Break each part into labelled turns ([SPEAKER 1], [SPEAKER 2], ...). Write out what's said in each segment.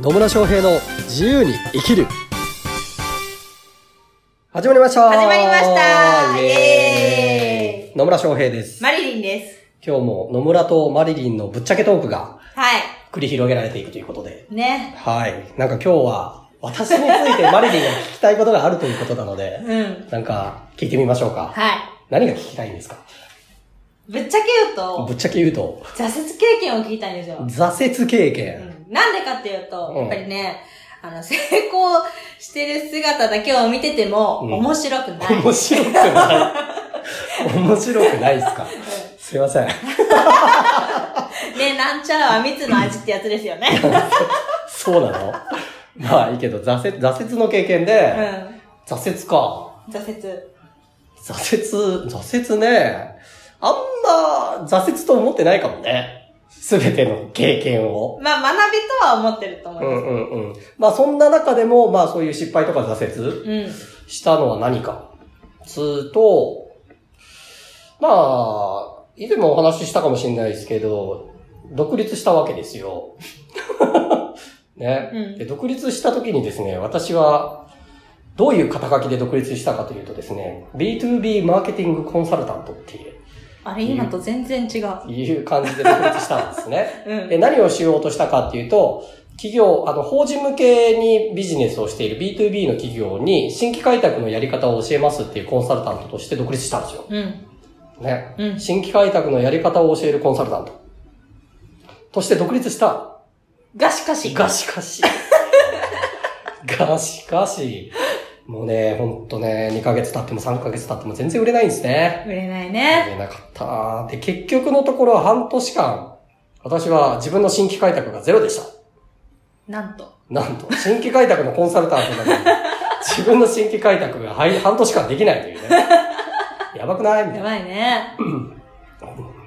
[SPEAKER 1] 野村翔平の自由に生きる始まりました
[SPEAKER 2] 始まりました
[SPEAKER 1] イエーイ
[SPEAKER 2] イエーイ
[SPEAKER 1] 野村翔平です。
[SPEAKER 2] マリリンです。
[SPEAKER 1] 今日も野村とマリリンのぶっちゃけトークが
[SPEAKER 2] は
[SPEAKER 1] 繰り広げられていくということで。
[SPEAKER 2] い。ね。
[SPEAKER 1] はい。なんか今日は私についてマリリンが聞きたいことがあるということなので
[SPEAKER 2] う、ん。
[SPEAKER 1] なんか聞いてみましょうか。
[SPEAKER 2] は
[SPEAKER 1] 何が聞きたいんですか
[SPEAKER 2] い。ぶっちゃけ言うと、
[SPEAKER 1] ぶっちゃけ言うと、
[SPEAKER 2] 挫折経験を聞いたんですよ。
[SPEAKER 1] 挫折経
[SPEAKER 2] う
[SPEAKER 1] 験。
[SPEAKER 2] ん。なんでかっていうと
[SPEAKER 1] う、ん
[SPEAKER 2] やっぱりね、あの、成功してる姿だけを見てても、
[SPEAKER 1] うん
[SPEAKER 2] 面白くない。
[SPEAKER 1] 面白くない。面白くないですかすいません。
[SPEAKER 2] ね、なんちゃらは蜜の味ってやつですよね。
[SPEAKER 1] そうなのまあいいけど、挫折、挫折の経験
[SPEAKER 2] う
[SPEAKER 1] で、
[SPEAKER 2] ん。
[SPEAKER 1] 挫折か。
[SPEAKER 2] 挫折。
[SPEAKER 1] 挫折、挫折ね。あんま挫折と思ってないかもね。すべての経験を。
[SPEAKER 2] まあ、学びとは思ってると思
[SPEAKER 1] う
[SPEAKER 2] いま
[SPEAKER 1] んうんうん。まあそんな中でも、まあそういう失敗とか挫折
[SPEAKER 2] す。うん。
[SPEAKER 1] したのは何か。つうと、まあ、以前もお話ししたかもしれないですけど、独立したわけですよ。ね、
[SPEAKER 2] うん
[SPEAKER 1] で。独立した時にですね、私は、どういう肩書きで独立したかというとですね、B2B マーケティングコンサルタントっていう
[SPEAKER 2] あれ、今と全然違う。
[SPEAKER 1] いう感じで独立したんです ね。
[SPEAKER 2] うん
[SPEAKER 1] で。何をしようとしたかっていうと、企業、あの、法人向けにビジネスをしている B2B の企業に新規開拓のやり方を教えますっていうコンサルタントとして独立したんですよ。
[SPEAKER 2] うん。
[SPEAKER 1] ね。
[SPEAKER 2] うん。
[SPEAKER 1] 新規開拓のやり方を教えるコンサルタント。として独立した。
[SPEAKER 2] がしかし。
[SPEAKER 1] がしかし。がしかし。もうね、ほんとね、2ヶ月経っても3ヶ月経っても全然売れないんですね。
[SPEAKER 2] 売れないね。
[SPEAKER 1] 言えなかった。で、結局のところ半年間、私は自分の新規開拓がゼロでした。
[SPEAKER 2] なんと。
[SPEAKER 1] なんと、新規開拓のコンサルタントなのに、自分の新規開拓がはい半年間できないというね。やばくないみたい
[SPEAKER 2] や
[SPEAKER 1] な。
[SPEAKER 2] ばいね。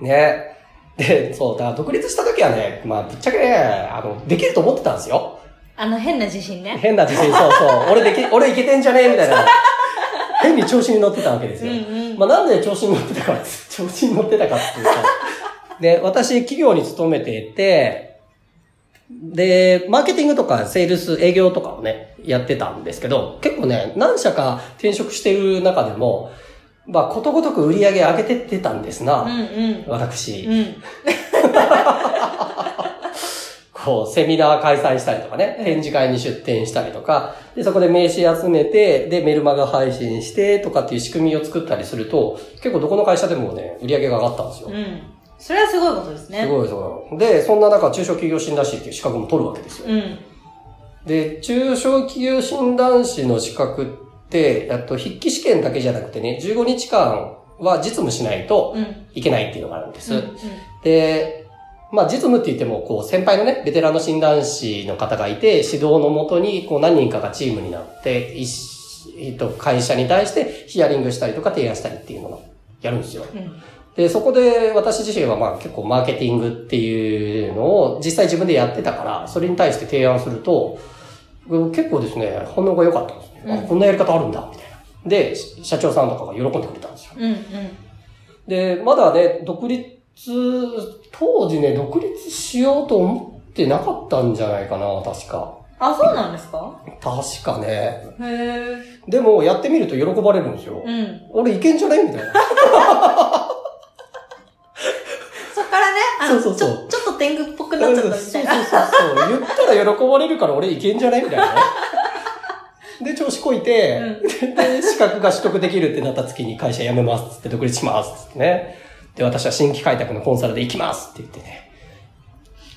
[SPEAKER 1] ね。で、そう、だから独立した時はね、まあ、ぶっちゃけね、あの、できると思ってたんですよ。
[SPEAKER 2] あの変な自信ね。
[SPEAKER 1] 変な自信、そうそう。俺でき、俺いけてんじゃねえみたいな。変に調子に乗ってたわけです
[SPEAKER 2] うん
[SPEAKER 1] よ。
[SPEAKER 2] うん。
[SPEAKER 1] まあ、なんで調子に乗ってたか、調子に乗ってたかっていうか。で、私、企業に勤めていて、で、マーケティングとかセールス、営業とかをね、やってたんですけど、結構ね、何社か転職してる中でも、まあ、ことごとく売り上げ上げてってたんです
[SPEAKER 2] うん
[SPEAKER 1] が、
[SPEAKER 2] うん。
[SPEAKER 1] 私、
[SPEAKER 2] うん。
[SPEAKER 1] こう、セミナー開催したりとかね
[SPEAKER 2] う、ん
[SPEAKER 1] 展示会に出展したりとか、で、そこで名刺集めて、で、メルマガ配信してとかっていう仕組みを作ったりすると、結構どこの会社でもね、売り上げが上がったんですよ。
[SPEAKER 2] うん。それはすごいことですね。
[SPEAKER 1] すごいそうで、そんな中、中小企業診断士っていう資格も取るわけですよ。
[SPEAKER 2] うん。
[SPEAKER 1] で、中小企業診断士の資格って、あと筆記試験だけじゃなくてね、15日間は実務しないと
[SPEAKER 2] うん。
[SPEAKER 1] いけないっていうのがあるんです。
[SPEAKER 2] うんうん
[SPEAKER 1] で、まあ実務って言っても、こう先輩のね、ベテランの診断士の方がいて、指導のもとに、こう何人かがチームになって、一えっと、会社に対してヒアリングしたりとか提案したりっていうのをやるんですよ。
[SPEAKER 2] うん。
[SPEAKER 1] で、そこで私自身はまあ結構マーケティングっていうのを実際自分でやってたから、それに対して提案すると、うん結構ですね、反応が良かったんですね。あ
[SPEAKER 2] うん
[SPEAKER 1] こんなやり方あるんだ、みたいな。で、し社長さんとかが喜んでくれたんですよ。
[SPEAKER 2] うん。
[SPEAKER 1] で、まだね、独立、当時ね、独立しようと思ってなかったんじゃないかな、確か。
[SPEAKER 2] あ、そうなんですか
[SPEAKER 1] 確かね。
[SPEAKER 2] へえ。
[SPEAKER 1] でも、やってみると喜ばれるんですよ。
[SPEAKER 2] うん。
[SPEAKER 1] 俺いけんじゃねみたいな。
[SPEAKER 2] そっからね、あの、ち
[SPEAKER 1] そ
[SPEAKER 2] ょ
[SPEAKER 1] うそうそう
[SPEAKER 2] ちょっと天狗っぽくなっちゃったみたいな。
[SPEAKER 1] そうそうそうそう。言ったら喜ばれるから俺いけんじゃないみたいなね。で、調子こいて、で、資格が取得できるってなった月に会社辞めますっつって独立しますっつってね。で、私は新規開拓のコンサルで行きますって言ってね、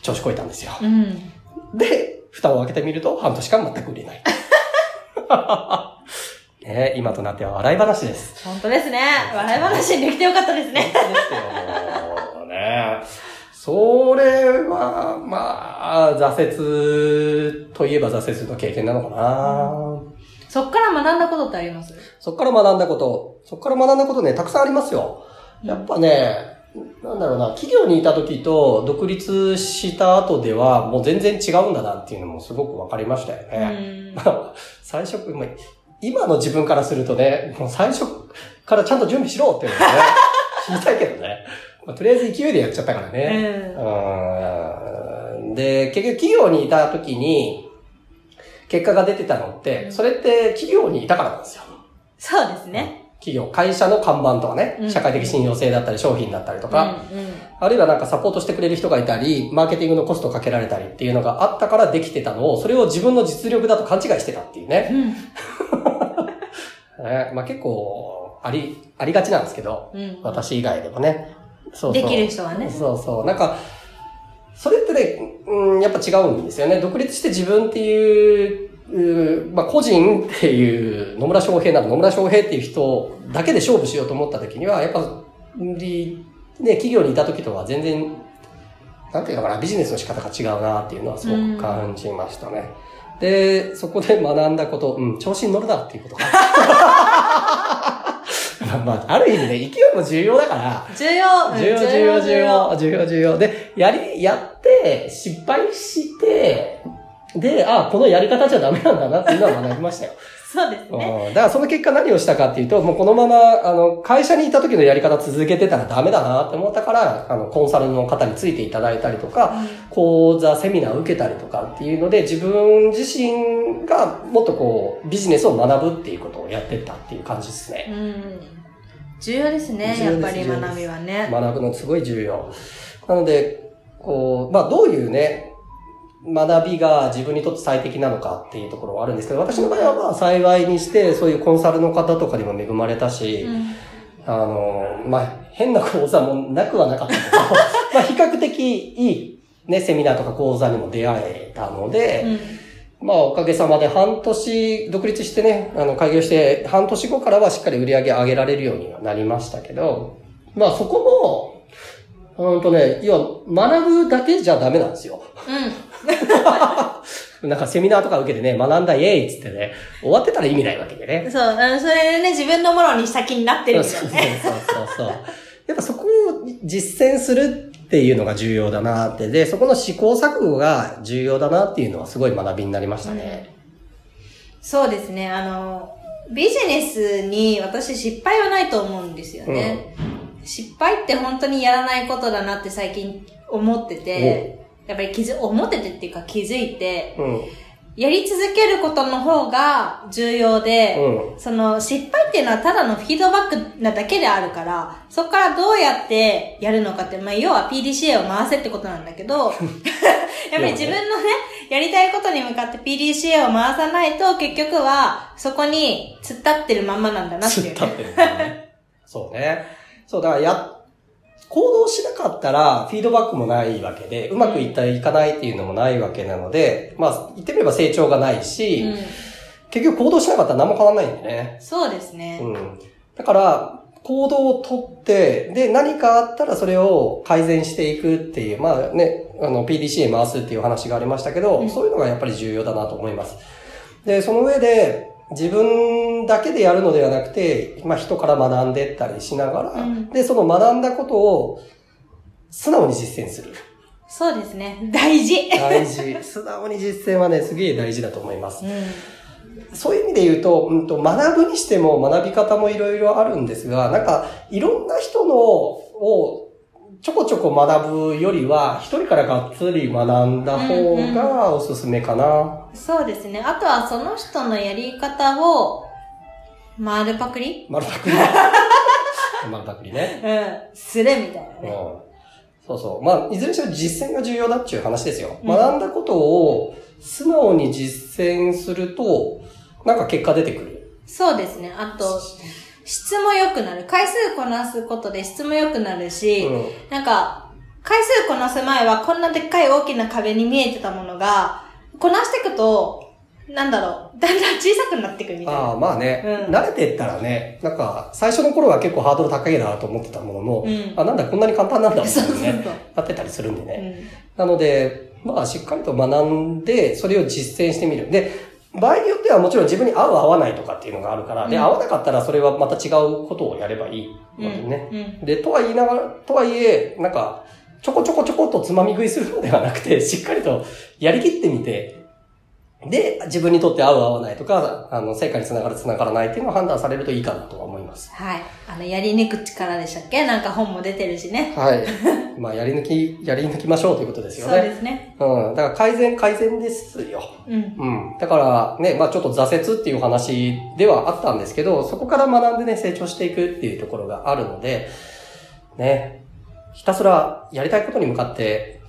[SPEAKER 1] 調子こいたんですよ。
[SPEAKER 2] うん。
[SPEAKER 1] で、蓋を開けてみると半年間全く売れ ない。ね今となっては笑い話です。
[SPEAKER 2] 本当ですね。笑い話にできてよかったです
[SPEAKER 1] 本
[SPEAKER 2] ね。
[SPEAKER 1] 当ですよ、もうね。それは、まあ、挫折といえば挫折の経験なのかな。
[SPEAKER 2] そっから学んだことってあります
[SPEAKER 1] そっから学んだこと、そっから学んだことね、たくさんありますよ。やっぱね、なんだろうな、企業にいた時と独立した後では、もう全然違うんだなっていうのもすごくわかりましたよ
[SPEAKER 2] う
[SPEAKER 1] ね。
[SPEAKER 2] ん。
[SPEAKER 1] まあ、最初、まあ今の自分からするとね、もう最初からちゃんと準備しろっていうの はね、知りたいけどね。まあ、とりあえず勢いでやっちゃったからね。
[SPEAKER 2] う
[SPEAKER 1] うん。で、結局企業にいた時に、結果が出てたのって、それって企業にいたからなんですよ。
[SPEAKER 2] そうですね。
[SPEAKER 1] 企業、会社の看板とかね
[SPEAKER 2] う、ん
[SPEAKER 1] 社会的信用性だったり、商品だったりとか、
[SPEAKER 2] うんうん
[SPEAKER 1] あるいはなんかサポートしてくれる人がいたり、マーケティングのコストかけられたりっていうのがあったからできてたのを、それを自分の実力だと勘違いしてたっていうね。
[SPEAKER 2] うん
[SPEAKER 1] ねまあ結構、あり、ありがちなんですけど、
[SPEAKER 2] うん
[SPEAKER 1] 私以外でもね。そうそう。
[SPEAKER 2] できる人はね。
[SPEAKER 1] そうそう。なんか、それってね、うん、やっぱ違うんですよね。独立して自分っていう、うんまあ、個人っていう、野村翔平など野村翔平っていう人だけで勝負しようと思った時には、やっぱ、りね、企業にいた時とは全然、なんていうのかな、ビジネスの仕方が違うなっていうのはすごく感じましたね。で、そこで学んだこと、うん、調子に乗るなっていうことか。 まあまあ、ある意味ね、勢いも重要だから、
[SPEAKER 2] 重要うん
[SPEAKER 1] 重要、重要、重要、重要、重要。で、やり、やって、失敗して、で、あ、このやり方じゃダメなんだなっていうのは学びましたよ。
[SPEAKER 2] そうです
[SPEAKER 1] う
[SPEAKER 2] ね。
[SPEAKER 1] んだからその結果何をしたかっていうと、もうこのまま、あの、会社にいた時のやり方続けてたらダメだなって思ったから、あの、コンサルの方についていただいたりとか、講座、セミナー受けたりとかっていうので、自分自身がもっとこう、ビジネスを学ぶっていうことをやってったっていう感じですね。
[SPEAKER 2] うん重要ですね、
[SPEAKER 1] 重
[SPEAKER 2] や
[SPEAKER 1] 要
[SPEAKER 2] っ
[SPEAKER 1] です
[SPEAKER 2] ぱり学びはね。
[SPEAKER 1] 学ぶのすごい重要。なので、こう、まあどういうね、学びが自分にとって最適なのかっていうところはあるんですけど、私の場合はまあ幸いにして、そういうコンサルの方とかにも恵まれたし、
[SPEAKER 2] うん
[SPEAKER 1] あの、まあ変な講座もなくはなかったけど、まあ比較的いいね、セミナーとか講座にも出会えたので、
[SPEAKER 2] うん
[SPEAKER 1] まあ、おかげさまで半年、独立してね、あの、開業して、半年後からはしっかり売り上げ上げられるようにはなりましたけど、まあ、そこも、うんとね、要は、学ぶだけじゃダメなんですよ。なんかセミナーとか受けてね、学んだイエイっつってね、終わってたら意味ないわけで
[SPEAKER 2] う
[SPEAKER 1] ね。
[SPEAKER 2] ん。そう、あのそれでね、自分のものに先になって
[SPEAKER 1] そ
[SPEAKER 2] る
[SPEAKER 1] う
[SPEAKER 2] け
[SPEAKER 1] そ
[SPEAKER 2] ど
[SPEAKER 1] うそう
[SPEAKER 2] ね。
[SPEAKER 1] そうそう。やっぱそこを実践するっていうのが重要だなって、で、そこの試行錯誤が重要だなっていうのはすごい学びになりましたね。
[SPEAKER 2] そうですね、あの、ビジネスに私失敗はないと思うんですよね。失敗って本当にやらないことだなって最近思ってて、やっぱり気づ、思っててっていうか気づいて、
[SPEAKER 1] うん。
[SPEAKER 2] やり続けることの方が重要で、
[SPEAKER 1] う
[SPEAKER 2] その失敗っていうのはただのフィードバックなだけであるから、そこからどうやってやるのかって、まあ要は PDCA を回せってことなんだけ ど、やっぱり自分のね、やりたいことに向かって PDCA を回さないと結局はそこに突っ立ってるまんまなんだなってい
[SPEAKER 1] 突っ
[SPEAKER 2] う、
[SPEAKER 1] 立ってるんだね そうね。そう、だからや、行動しなかったら、フィードバックもないわけで、うまくいったりいかないっていうのもないわけなので、まあ、言ってみれば成長がないし、
[SPEAKER 2] うん
[SPEAKER 1] 結局行動しなかったら何も変わらないんでね。
[SPEAKER 2] そうですね。
[SPEAKER 1] うん。だから、行動をとって、で、何かあったらそれを改善していくっていう、まあね、あの、PDCA 回すっていう話がありましたけど、
[SPEAKER 2] うん
[SPEAKER 1] そういうのがやっぱり重要だなと思います。で、その上で、自分だけでやるのではなくて、まあ人から学んでったりしながら、
[SPEAKER 2] うん
[SPEAKER 1] で、その学んだことを素直に実践す る。
[SPEAKER 2] そうですね。大事。
[SPEAKER 1] 大事。素直に実践はね、すげえ大事だと思います
[SPEAKER 2] う。ん。
[SPEAKER 1] そういう意味で言うと、うん、と学ぶにしても学び方もいろいろあるんですが、なんか、いろんな人のをちょこちょこ学ぶよりは、一人からがっつり学んだ方がおすすめかな。
[SPEAKER 2] そうですね。あとはその人のやり方を丸パクリ
[SPEAKER 1] 丸パクリ。 丸パクリね。
[SPEAKER 2] うん。するみたいな
[SPEAKER 1] うん
[SPEAKER 2] ね。。
[SPEAKER 1] そうそう。まあ、いずれにしろ実践が重要だっていう話ですよ。
[SPEAKER 2] うん
[SPEAKER 1] 学んだことを素直に実践すると、なんか結果出てくる。
[SPEAKER 2] そうですね。あと、質も良くなる。回数こなすことで質も良くなるし、
[SPEAKER 1] うん。
[SPEAKER 2] なんか、回数こなす前はこんなでっかい大きな壁に見えてたものが、こなしていくと、なんだろう、だんだん小さくなっていくみたいな。
[SPEAKER 1] ああ、まあね、
[SPEAKER 2] うん
[SPEAKER 1] 慣れてったらね、なんか、最初の頃は結構ハードル高いなと思ってたものの、
[SPEAKER 2] うん
[SPEAKER 1] あ、なんだ、こんなに簡単なんだ、みた
[SPEAKER 2] そう
[SPEAKER 1] い
[SPEAKER 2] そう
[SPEAKER 1] な
[SPEAKER 2] そう。
[SPEAKER 1] ね、なってたりするんで
[SPEAKER 2] う
[SPEAKER 1] ね。
[SPEAKER 2] ん
[SPEAKER 1] なので、まあ、しっかりと学んで、それを実践してみる。で、場合によってはもちろん自分に合う合わないとかっていうのがあるから、で、
[SPEAKER 2] うん
[SPEAKER 1] 合わなかったらそれはまた違うことをやればいいわけね。
[SPEAKER 2] うん。
[SPEAKER 1] で、とは言いながら、とはいえ、なんか、 ちょこちょこちょこっとつまみ食いするのではなくて、しっかりとやりきってみて、で、自分にとって合う合わないとか、あの、成果につながるつながらないっていうのを判断されるといいかなとは思います。
[SPEAKER 2] はい。あの、やり抜く力でしたっけなんか本も出てるしね。
[SPEAKER 1] はい。 まあ、やり抜き、やり抜きましょうということですよ
[SPEAKER 2] そう
[SPEAKER 1] ね。
[SPEAKER 2] ですね。
[SPEAKER 1] うん。だから改善、改善ですよ。
[SPEAKER 2] うん。
[SPEAKER 1] うん。だからね、まあちょっと挫折っていう話ではあったんですけど、そこから学んでね、成長していくっていうところがあるので、ね、ひたすらやりたいことに向かって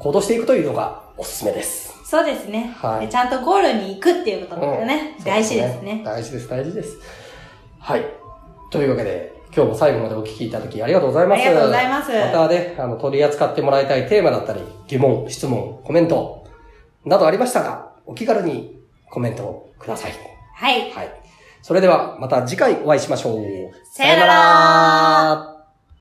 [SPEAKER 1] 行動していくというのがおすすめです。
[SPEAKER 2] そうですね。
[SPEAKER 1] はい
[SPEAKER 2] でちゃんとゴールに行くっていうことなんだね、
[SPEAKER 1] うん
[SPEAKER 2] 大事で
[SPEAKER 1] そ
[SPEAKER 2] す
[SPEAKER 1] うね
[SPEAKER 2] ね。
[SPEAKER 1] 大事です、大事です。はい。というわけで、今日も最後までお聞きいただきありがとうござい
[SPEAKER 2] あ
[SPEAKER 1] ます。
[SPEAKER 2] りがとうございます。
[SPEAKER 1] またね、あの、取り扱ってもらいたいテーマだったり、疑問、質問、コメント、などありましたら、お気軽にコメントをください。
[SPEAKER 2] はい。
[SPEAKER 1] はい。それでは、また次回お会いしましょう。
[SPEAKER 2] さよなら